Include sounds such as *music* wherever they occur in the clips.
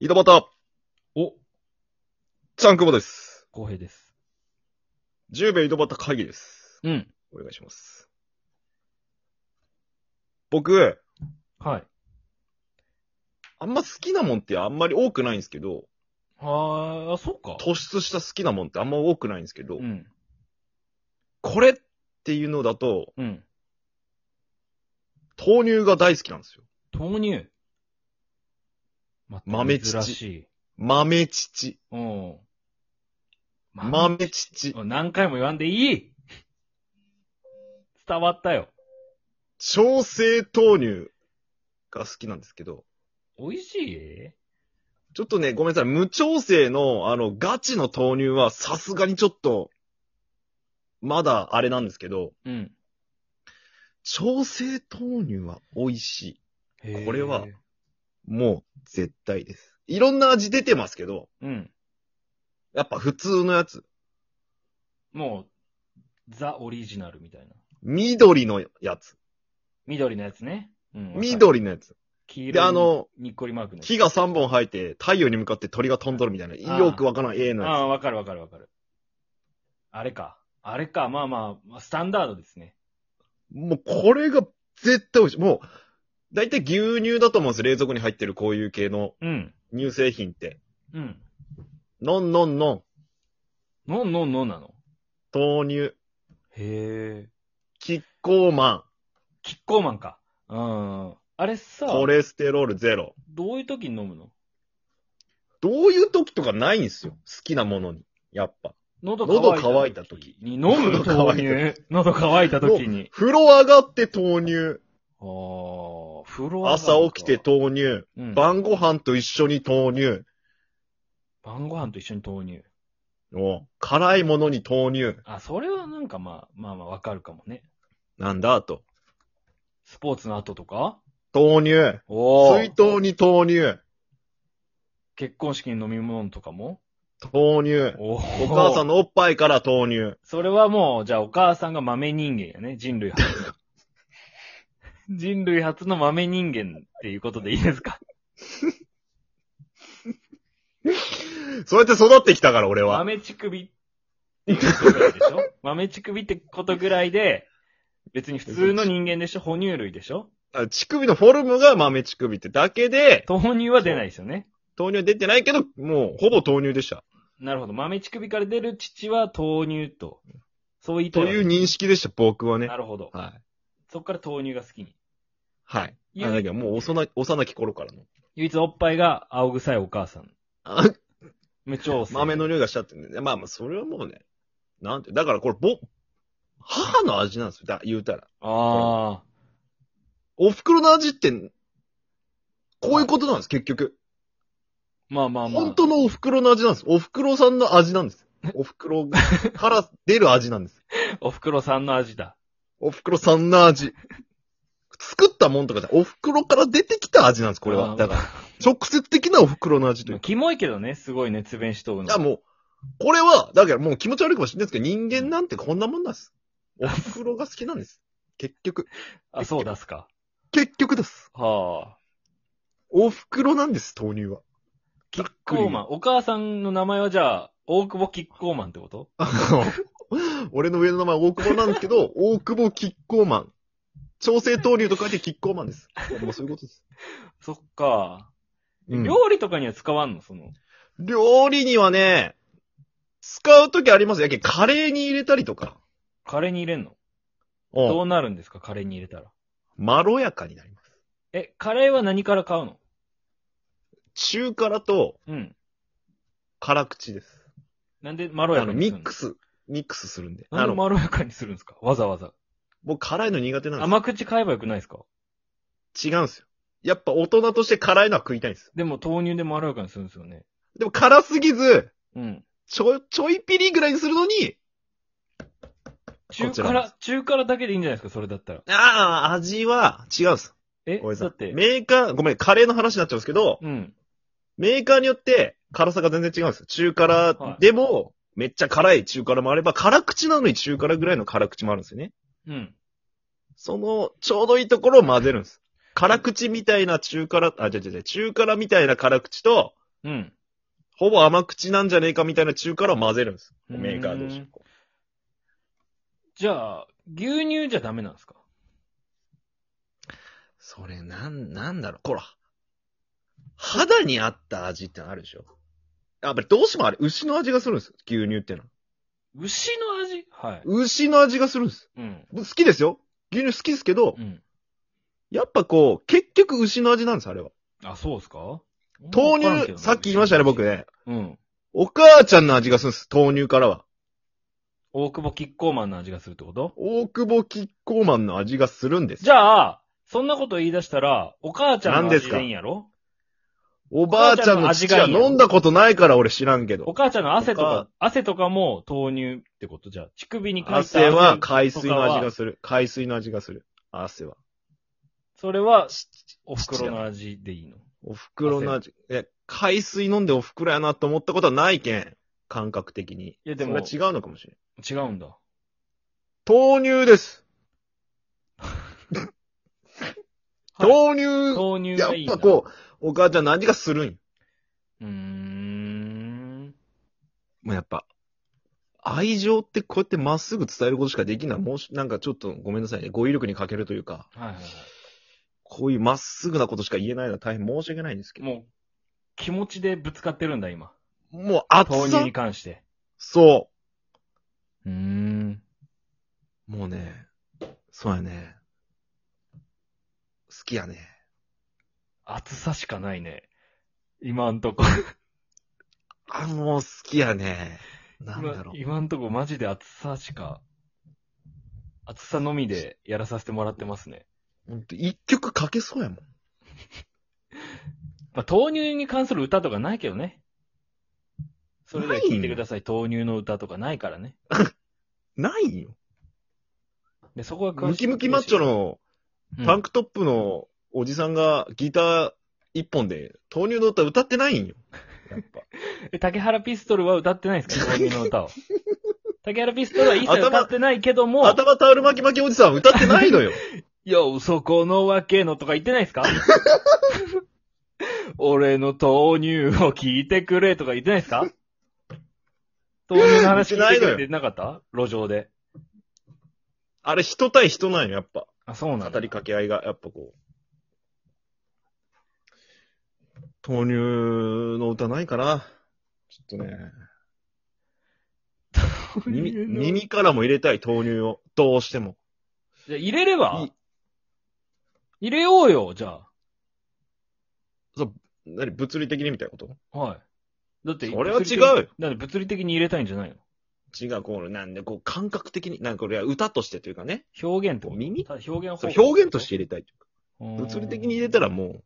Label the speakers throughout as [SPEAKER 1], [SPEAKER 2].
[SPEAKER 1] 井戸端、
[SPEAKER 2] お、
[SPEAKER 1] ちゃんくぼです。
[SPEAKER 2] 公平です。
[SPEAKER 1] 10名井戸端会議です。
[SPEAKER 2] うん。
[SPEAKER 1] お願いします。僕、
[SPEAKER 2] はい。
[SPEAKER 1] あんま好きなもんってあんまり多くないんですけど、
[SPEAKER 2] ああ、そうか。
[SPEAKER 1] 突出した好きなもんってあんま多くないんですけど、
[SPEAKER 2] うん。
[SPEAKER 1] これっていうのだと、
[SPEAKER 2] うん。
[SPEAKER 1] 豆乳が大好きなんですよ。
[SPEAKER 2] 豆乳。ま
[SPEAKER 1] 豆乳
[SPEAKER 2] 珍しい。
[SPEAKER 1] 豆乳。
[SPEAKER 2] うん。
[SPEAKER 1] 豆乳。
[SPEAKER 2] 何回も言わんでいい伝わったよ。
[SPEAKER 1] 調整豆乳が好きなんですけど、
[SPEAKER 2] 美味しい
[SPEAKER 1] ちょっとね、ごめんなさい。無調整の、あの、ガチの豆乳はさすがにちょっと、まだあれなんですけど、
[SPEAKER 2] うん。
[SPEAKER 1] 調整豆乳は美味しい。
[SPEAKER 2] へー
[SPEAKER 1] これは。もう、絶対です。いろんな味出てますけど、
[SPEAKER 2] うん。
[SPEAKER 1] やっぱ普通のやつ。
[SPEAKER 2] もう、ザ・オリジナルみたいな。
[SPEAKER 1] 緑のやつ。
[SPEAKER 2] 緑のやつね。うん。わかる。
[SPEAKER 1] 緑のやつ。
[SPEAKER 2] 黄色い。
[SPEAKER 1] で、あ、の、
[SPEAKER 2] にっこりマークのやつ。
[SPEAKER 1] 火が3本生えて、太陽に向かって鳥が飛んどるみたいな、
[SPEAKER 2] ー
[SPEAKER 1] よくわからん絵の
[SPEAKER 2] ああ、
[SPEAKER 1] や
[SPEAKER 2] わかるわかるわかる。あれか。あれか。まあまあ、スタンダードですね。
[SPEAKER 1] つ。もう、これが絶対美味しい。もう、だいたい牛乳だと思うんです。冷蔵庫に入ってるこういう系の
[SPEAKER 2] うん。
[SPEAKER 1] 乳製品って。
[SPEAKER 2] うん。
[SPEAKER 1] のんのんのん。
[SPEAKER 2] のんのんのんなの
[SPEAKER 1] 豆乳。
[SPEAKER 2] へえ。
[SPEAKER 1] キッコーマ
[SPEAKER 2] キッコーマンか。うん。あれさ
[SPEAKER 1] ン。、コレステロールゼロ。
[SPEAKER 2] どういう時に飲むの
[SPEAKER 1] どういう時とかないんですよ。好きなものに。やっぱ。
[SPEAKER 2] 喉
[SPEAKER 1] 喉
[SPEAKER 2] 乾
[SPEAKER 1] 乾
[SPEAKER 2] い
[SPEAKER 1] い
[SPEAKER 2] た
[SPEAKER 1] た
[SPEAKER 2] 時
[SPEAKER 1] 時
[SPEAKER 2] に飲む
[SPEAKER 1] 喉乾いた
[SPEAKER 2] 豆乳喉乾いた時に。
[SPEAKER 1] 風呂上がって豆乳。
[SPEAKER 2] ああ、風呂上がりか
[SPEAKER 1] 朝起きて、豆乳。
[SPEAKER 2] うん、
[SPEAKER 1] 晩ご飯と一緒に豆乳。
[SPEAKER 2] 晩ご飯と一緒に豆乳。
[SPEAKER 1] お辛いものに豆乳。
[SPEAKER 2] あ、それはなんかまあ、まあまあわかるかもね。
[SPEAKER 1] なんだと。
[SPEAKER 2] スポーツの後とか
[SPEAKER 1] 豆乳。
[SPEAKER 2] おお。
[SPEAKER 1] 水筒に豆乳。
[SPEAKER 2] 結婚式に飲み物とかも
[SPEAKER 1] 豆乳。
[SPEAKER 2] おお
[SPEAKER 1] お母さんのおっぱいから豆乳。
[SPEAKER 2] それはもう、じゃあお母さんが豆人間やね。人類初 *laughs* の。人類初の豆人間っていうことでいいですか
[SPEAKER 1] そうやって育ってきたから、俺は。
[SPEAKER 2] *laughs* 豆乳首っていうことぐらいでし *laughs* ょ豆乳首ってことぐらいで、別に普通の人間でしょ哺乳類でしょ
[SPEAKER 1] あ乳首のフォルムが豆乳首ってだけで、
[SPEAKER 2] 豆乳は出ないですよね。
[SPEAKER 1] 豆乳は出てないけど、もうほぼ豆乳でした。
[SPEAKER 2] なるほど。豆乳首から出る乳は豆乳と。そう言いた
[SPEAKER 1] と
[SPEAKER 2] いわけ
[SPEAKER 1] いう認識でした、僕はね
[SPEAKER 2] な。るほど。
[SPEAKER 1] はい。
[SPEAKER 2] そっから豆乳が好きに。
[SPEAKER 1] はい。
[SPEAKER 2] いや
[SPEAKER 1] あだけどもう幼幼き頃からの。
[SPEAKER 2] 唯一おっぱいが青臭いお母さん。
[SPEAKER 1] あ
[SPEAKER 2] 無調整。
[SPEAKER 1] 豆の。匂いがしたってね。まあまあ、それはもうね、なんて、だからこれ、ぼ、母の味なんですよ。だ、言うたら。
[SPEAKER 2] ああ。
[SPEAKER 1] お袋の味って、こういうことなんです、結局。
[SPEAKER 2] まあまあまあ。
[SPEAKER 1] 本当のお袋の味なんです。お袋さんの味なんです。お袋から出る味なんです。
[SPEAKER 2] お袋さんの味だ。
[SPEAKER 1] お袋さんの味。作ったもんとかじゃ、お袋から出てきた味なんです、これ
[SPEAKER 2] あ
[SPEAKER 1] は。
[SPEAKER 2] ー
[SPEAKER 1] だから、直接的なお袋の味というか
[SPEAKER 2] キモいけどね、すごい熱弁しとう
[SPEAKER 1] い
[SPEAKER 2] の。
[SPEAKER 1] や、もう、これは、だからもう気持ち悪いかもしれないですけど、人間なんてこんなもんなんです。お袋が好きなんです。結局。
[SPEAKER 2] あ、そう出すか。
[SPEAKER 1] 結局です。
[SPEAKER 2] はあ。
[SPEAKER 1] お袋なんです、豆乳
[SPEAKER 2] *laughs*
[SPEAKER 1] は。
[SPEAKER 2] キッコーマン。お母さんの名前はじゃあ、大久保キッコーマンってこと
[SPEAKER 1] あの俺の上の名前は大久保なんですけど、大久保キッコーマン。調整豆乳と書いてキッコーマンです。もうそういうことです。
[SPEAKER 2] そっか。
[SPEAKER 1] うん
[SPEAKER 2] 料理とかには使わんのその。
[SPEAKER 1] 料理にはね、使うときありますよ。やけんカレーに入れたりとか。
[SPEAKER 2] カレーに入れんの
[SPEAKER 1] う
[SPEAKER 2] ど
[SPEAKER 1] ん。
[SPEAKER 2] うなるんですかカレーに入れたら。
[SPEAKER 1] まろやかになります。
[SPEAKER 2] え、カレーは何から買うの
[SPEAKER 1] 中辛と
[SPEAKER 2] うん。
[SPEAKER 1] 辛口です。
[SPEAKER 2] なんでまろ
[SPEAKER 1] あ
[SPEAKER 2] や
[SPEAKER 1] の、
[SPEAKER 2] かにす
[SPEAKER 1] ミッ
[SPEAKER 2] る
[SPEAKER 1] ク
[SPEAKER 2] の
[SPEAKER 1] ス、ミックスするんで。
[SPEAKER 2] なん
[SPEAKER 1] あ
[SPEAKER 2] で
[SPEAKER 1] の、
[SPEAKER 2] まろやかにするんですかわざわざ。
[SPEAKER 1] 僕辛いの苦手なんで
[SPEAKER 2] 甘口買えばよくないですか
[SPEAKER 1] すよ。違うんですよ。やっぱ大人として辛いのは食いたいんです。
[SPEAKER 2] でも豆乳でまろやかにするんですよね。
[SPEAKER 1] でも辛すぎず、
[SPEAKER 2] うん。
[SPEAKER 1] ちょ、ちょいピリぐらいにするのに、
[SPEAKER 2] 中
[SPEAKER 1] こちらで
[SPEAKER 2] 辛、中辛だけでいいんじゃないですかそれだったら。
[SPEAKER 1] ああ、味は違うんです。
[SPEAKER 2] え、
[SPEAKER 1] ごめんな
[SPEAKER 2] だ
[SPEAKER 1] さ
[SPEAKER 2] っ
[SPEAKER 1] い。
[SPEAKER 2] て。
[SPEAKER 1] メーカー、ごめん、カレーの話になっちゃうんですけど、
[SPEAKER 2] うん。
[SPEAKER 1] メーカーによって辛さが全然違うんです。中辛でも、めっちゃ辛い中辛もあれば、辛口なのに中辛ぐらいの辛口もあるんですよね。
[SPEAKER 2] うん。
[SPEAKER 1] その、ちょうどいいところを混ぜるんです。辛口みたいな中辛、あ、じゃじゃじゃ中辛みたいな辛口と、
[SPEAKER 2] うん。
[SPEAKER 1] ほぼ甘口なんじゃねえかみたいな中辛を混ぜるんです。メーカー同
[SPEAKER 2] う
[SPEAKER 1] 士
[SPEAKER 2] ん。じゃあ、牛乳じゃダメなんですか
[SPEAKER 1] それ、なん、なんだろう。こら。肌に合った味ってのあるでしょやっぱりどうしてもあれ、牛の味がするんです。牛乳ってのは。
[SPEAKER 2] 牛の味はい。
[SPEAKER 1] 牛の味がするんです。
[SPEAKER 2] うん。
[SPEAKER 1] 好きですよ。牛乳好きですけど
[SPEAKER 2] う、ん。
[SPEAKER 1] やっぱこう、結局牛の味なんです、あれは。
[SPEAKER 2] あ、そうですか
[SPEAKER 1] 豆乳、さっき言いましたね、僕。ね。
[SPEAKER 2] うん。
[SPEAKER 1] お母ちゃんの味がするんです、豆乳からは。
[SPEAKER 2] 大久保キッコーマンの味がするってこと
[SPEAKER 1] 大久保キッコーマンの味がするんです。
[SPEAKER 2] じゃあ、そんなこと言い出したら、お母ちゃんの
[SPEAKER 1] 何で
[SPEAKER 2] 味
[SPEAKER 1] すか
[SPEAKER 2] でいいんやろ
[SPEAKER 1] おばあちゃんの父は飲んだことないから俺知らんけ
[SPEAKER 2] お
[SPEAKER 1] ど。
[SPEAKER 2] 母ちゃんの汗と
[SPEAKER 1] お母
[SPEAKER 2] か、汗とかも豆乳ってことじゃあ、乳首にかいた
[SPEAKER 1] 汗は海水の味が
[SPEAKER 2] する。
[SPEAKER 1] する。海水の味がする。汗は。
[SPEAKER 2] それは、お袋の味でいいの。
[SPEAKER 1] お袋の味。え、海水飲んでお袋やなと思ったことはないけん。感覚的に。い
[SPEAKER 2] やでも
[SPEAKER 1] それは違うのかもしれん。
[SPEAKER 2] 違うんだ。
[SPEAKER 1] 豆乳です。
[SPEAKER 2] *laughs* はい
[SPEAKER 1] 豆乳、
[SPEAKER 2] 豆乳
[SPEAKER 1] やっ
[SPEAKER 2] がいいんだ。
[SPEAKER 1] ぱこう、お母ちゃんの味がするんよ
[SPEAKER 2] う。うーん。
[SPEAKER 1] もうやっぱ、愛情ってこうやってまっすぐ伝えることしかできない。もうし、なんかちょっとごめんなさいね。語彙力に欠けるというか、
[SPEAKER 2] はいはいはい。
[SPEAKER 1] こういうまっすぐなことしか言えないのは大変申し訳ないんですけど。
[SPEAKER 2] もう、気持ちでぶつかってるんだ、今。
[SPEAKER 1] もう熱
[SPEAKER 2] 豆乳
[SPEAKER 1] さ
[SPEAKER 2] に関して。
[SPEAKER 1] そう
[SPEAKER 2] ーん。
[SPEAKER 1] う。もうね、そうやね。好きやね。
[SPEAKER 2] 熱さしかないね。今んとこ。
[SPEAKER 1] あ、もう好きやね。なんだろう。
[SPEAKER 2] 今今んとこマジで熱さしか、熱さのみでやらさせてもらってますね。
[SPEAKER 1] ほんと一曲かけそうやもん。
[SPEAKER 2] まあ、豆乳に関する歌とかないけどね。それでは聞いてください。豆乳の歌とかないからね。
[SPEAKER 1] ないよ。
[SPEAKER 2] で、そこは詳
[SPEAKER 1] ム
[SPEAKER 2] しい
[SPEAKER 1] キムキマッチョの
[SPEAKER 2] うん
[SPEAKER 1] タンクトップのおじさんがギター一本で豆乳の歌歌ってないんよ。やっぱ。
[SPEAKER 2] え竹原ピストルは歌ってないんで
[SPEAKER 1] *laughs*
[SPEAKER 2] すか豆乳の歌を。竹原ピストルは一切歌ってないけど *laughs* も、
[SPEAKER 1] 頭タオル巻き巻きおじさんは歌ってないのよ。
[SPEAKER 2] よ、そこのわけのとか言ってないで
[SPEAKER 1] *laughs*
[SPEAKER 2] すか俺の豆乳を聞いてくれとか言ってないですか豆乳の話聞いてくれってなかった路上で。
[SPEAKER 1] あれ人対人なんよ、やっぱ。
[SPEAKER 2] あ、そうなん
[SPEAKER 1] 語
[SPEAKER 2] だ。
[SPEAKER 1] りかけ合いが、やっぱこう。豆乳の歌ないかなちょっとね。
[SPEAKER 2] 豆
[SPEAKER 1] 耳、
[SPEAKER 2] 乳の
[SPEAKER 1] 耳からも入れたい豆乳を。どうしても。
[SPEAKER 2] じゃあ入れれば
[SPEAKER 1] い
[SPEAKER 2] 入れようよ、じゃ
[SPEAKER 1] 何物理的にみたいなこと
[SPEAKER 2] あ。はい。だって、
[SPEAKER 1] それは違うよ
[SPEAKER 2] よ。だって物理的に入れたいんじゃないの
[SPEAKER 1] 違う、こう、なんで、こう、感覚的に、なんかこれは歌としてというかね。
[SPEAKER 2] 表現と
[SPEAKER 1] 耳
[SPEAKER 2] ただ表現
[SPEAKER 1] そ
[SPEAKER 2] 方
[SPEAKER 1] う
[SPEAKER 2] 法
[SPEAKER 1] 表現として入れたいというか。
[SPEAKER 2] 物
[SPEAKER 1] 物理的に入れたらも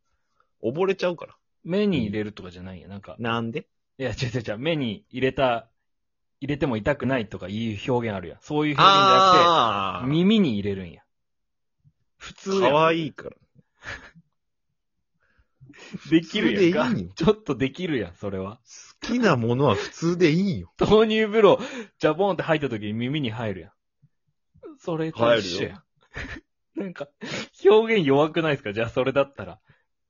[SPEAKER 1] う、溺れちゃうから。
[SPEAKER 2] 目に入れるとかじゃないや。なんか、
[SPEAKER 1] なんで
[SPEAKER 2] いや、違う違う違う、目に入れた、入れても痛くないとかいう表現あるやん。そういう表現じゃな
[SPEAKER 1] あ
[SPEAKER 2] くて、
[SPEAKER 1] ー
[SPEAKER 2] 耳に入れるんや。普通や
[SPEAKER 1] か
[SPEAKER 2] ん
[SPEAKER 1] わいいから。
[SPEAKER 2] できるやん
[SPEAKER 1] 普通
[SPEAKER 2] か。
[SPEAKER 1] でいいよ
[SPEAKER 2] ちょっとできるやん、それは。
[SPEAKER 1] 好きなものは普通でいいよ。
[SPEAKER 2] 豆乳風呂、ジャボンって入った時に耳に入るやん。それと一緒やん。 *laughs* なんか、表現弱くないですかじゃあそれだったら。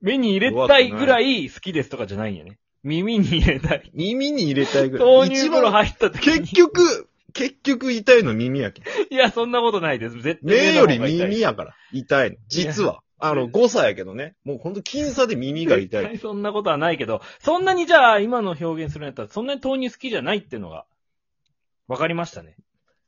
[SPEAKER 2] 目に入れたいぐらい好きですとかじゃないんやね。耳に入れたい。
[SPEAKER 1] 耳に入れたいぐらい。
[SPEAKER 2] 豆乳風呂
[SPEAKER 1] 一番
[SPEAKER 2] 入った時に
[SPEAKER 1] 結。局、結局痛いの耳やけん。
[SPEAKER 2] いや、そんなことないです。絶対
[SPEAKER 1] 目より耳
[SPEAKER 2] や。
[SPEAKER 1] やから。痛いの。実は。あの、誤差やけどね。もうほんと僅差で耳が痛
[SPEAKER 2] 絶
[SPEAKER 1] い。
[SPEAKER 2] 対そんなことはないけど、そんなにじゃあ、今の表現するんやったら、そんなに豆乳好きじゃないっていうのが、わかりましたね。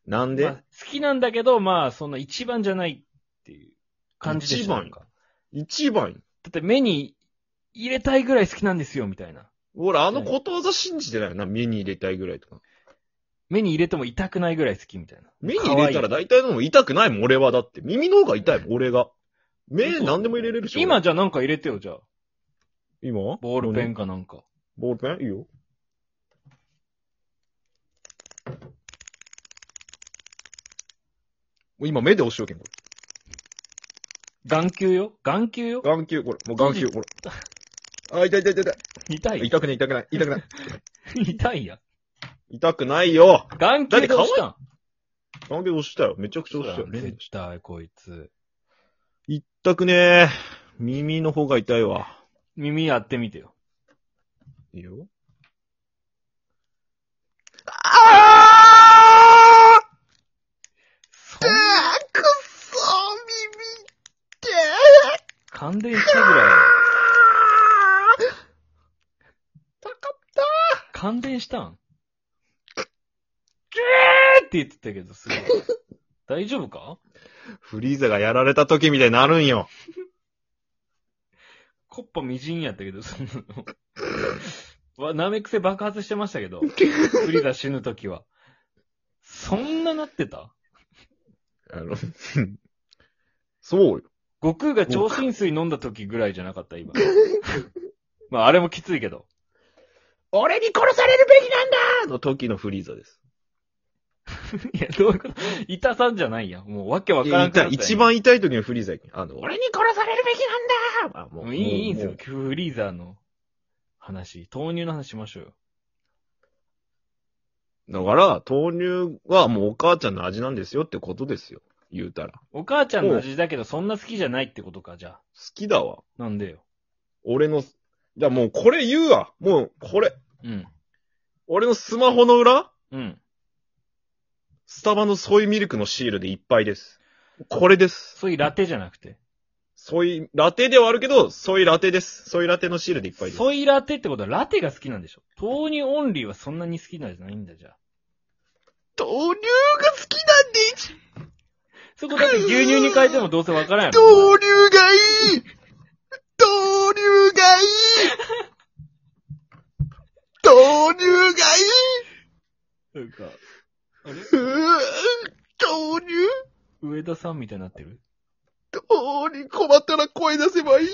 [SPEAKER 1] なん
[SPEAKER 2] ま
[SPEAKER 1] で
[SPEAKER 2] あ、好きなんだけど、まあ、その一番じゃないっていう感じでした。
[SPEAKER 1] 一番
[SPEAKER 2] なんかだ
[SPEAKER 1] 一番よ。
[SPEAKER 2] って目に入れたいぐらい好きなんですよ、みたいな。
[SPEAKER 1] 俺、あのことわざ信じてないよな。目に入れたいぐらいとか。
[SPEAKER 2] 目に入れても痛くないぐらい好きみたいな。
[SPEAKER 1] 目に入れたら大体のも痛くないもん、俺は。だって。耳の方が痛いもん、俺が。目、
[SPEAKER 2] そう
[SPEAKER 1] 何でも入れれるし。俺
[SPEAKER 2] 今、じゃあなんか入れてよ、じゃあ。
[SPEAKER 1] 今
[SPEAKER 2] ボールペ
[SPEAKER 1] 何
[SPEAKER 2] ンかなんか。
[SPEAKER 1] ボールペンいいよ。もう今目で押しとけん、こ
[SPEAKER 2] 眼球よ眼球よ
[SPEAKER 1] れ。眼球、これ。もう眼球、これ。あ、痛い痛い痛い痛
[SPEAKER 2] 痛
[SPEAKER 1] い。
[SPEAKER 2] い
[SPEAKER 1] 痛くない痛くない。痛く *laughs* ない。
[SPEAKER 2] 痛いや。
[SPEAKER 1] 痛くないよ
[SPEAKER 2] 眼球で押したん
[SPEAKER 1] 眼球押したよ。めちゃくちゃ押したよ。
[SPEAKER 2] 絶対、こいつ。
[SPEAKER 1] 痛くねえ。耳の方が痛いわ。
[SPEAKER 2] 耳やってみてよ。
[SPEAKER 1] いいよ。あー
[SPEAKER 2] そ
[SPEAKER 1] うんーくそー耳って
[SPEAKER 2] 感電したぐらい。
[SPEAKER 1] 高った
[SPEAKER 2] 感電したんえーって言ってたけど、す *laughs* ごい。大丈夫か
[SPEAKER 1] フリーザがやられた時みたいになるんよ。
[SPEAKER 2] コッパみじんやったけど、その、 *laughs* わなめくせ爆発してましたけど、フリーザ死ぬときは。そんななってた
[SPEAKER 1] あの、そうよ。
[SPEAKER 2] 悟空が超浸水飲んだときぐらいじゃなかった、 *laughs* 今。まあ、あれもきついけど。
[SPEAKER 1] 俺に殺されるべきなんだの時のフリーザです。
[SPEAKER 2] いや、どういうこと痛さんじゃないやん。もうわけわ
[SPEAKER 1] い
[SPEAKER 2] か
[SPEAKER 1] や
[SPEAKER 2] らんくな
[SPEAKER 1] 痛
[SPEAKER 2] っ
[SPEAKER 1] い
[SPEAKER 2] たやん
[SPEAKER 1] 一。番痛い時のフリーザやけんあの、俺に殺されるべきなんだあも
[SPEAKER 2] もういい、いいんですよ
[SPEAKER 1] も。
[SPEAKER 2] フリーザーの話。豆乳の話しましょうよ。
[SPEAKER 1] うだから、豆乳はもうお母ちゃんの味なんですよってことですよ。言うたら。好
[SPEAKER 2] お母ちゃんの味だけど、そんな好きじゃないってことか、じゃあ。
[SPEAKER 1] きだわ。
[SPEAKER 2] なんでよ。
[SPEAKER 1] 俺の、じゃあもうこれ言うわ。もう、これ。
[SPEAKER 2] うん。
[SPEAKER 1] 俺のスマホの裏
[SPEAKER 2] うん。
[SPEAKER 1] スタバのソイミルクのシールでいっぱいです。これです。
[SPEAKER 2] そういうラテじゃなくて。
[SPEAKER 1] ソイ、ラテではあるけど、ソイラテです。ソイラテのシールでいっぱいです。
[SPEAKER 2] ソイラテってことはラテが好きなんでしょ豆乳オンリーはそんなに好きなんじゃないんだ、じゃあ。
[SPEAKER 1] 豆乳が好きなんです
[SPEAKER 2] そこだって牛乳に変えても *laughs* どうせわからんやろ。
[SPEAKER 1] 乳がいい豆乳がいい豆乳がいい
[SPEAKER 2] なんか、あれ
[SPEAKER 1] 豆乳
[SPEAKER 2] 上田さんみたいになってる
[SPEAKER 1] 豆乳困ったら声出せばいい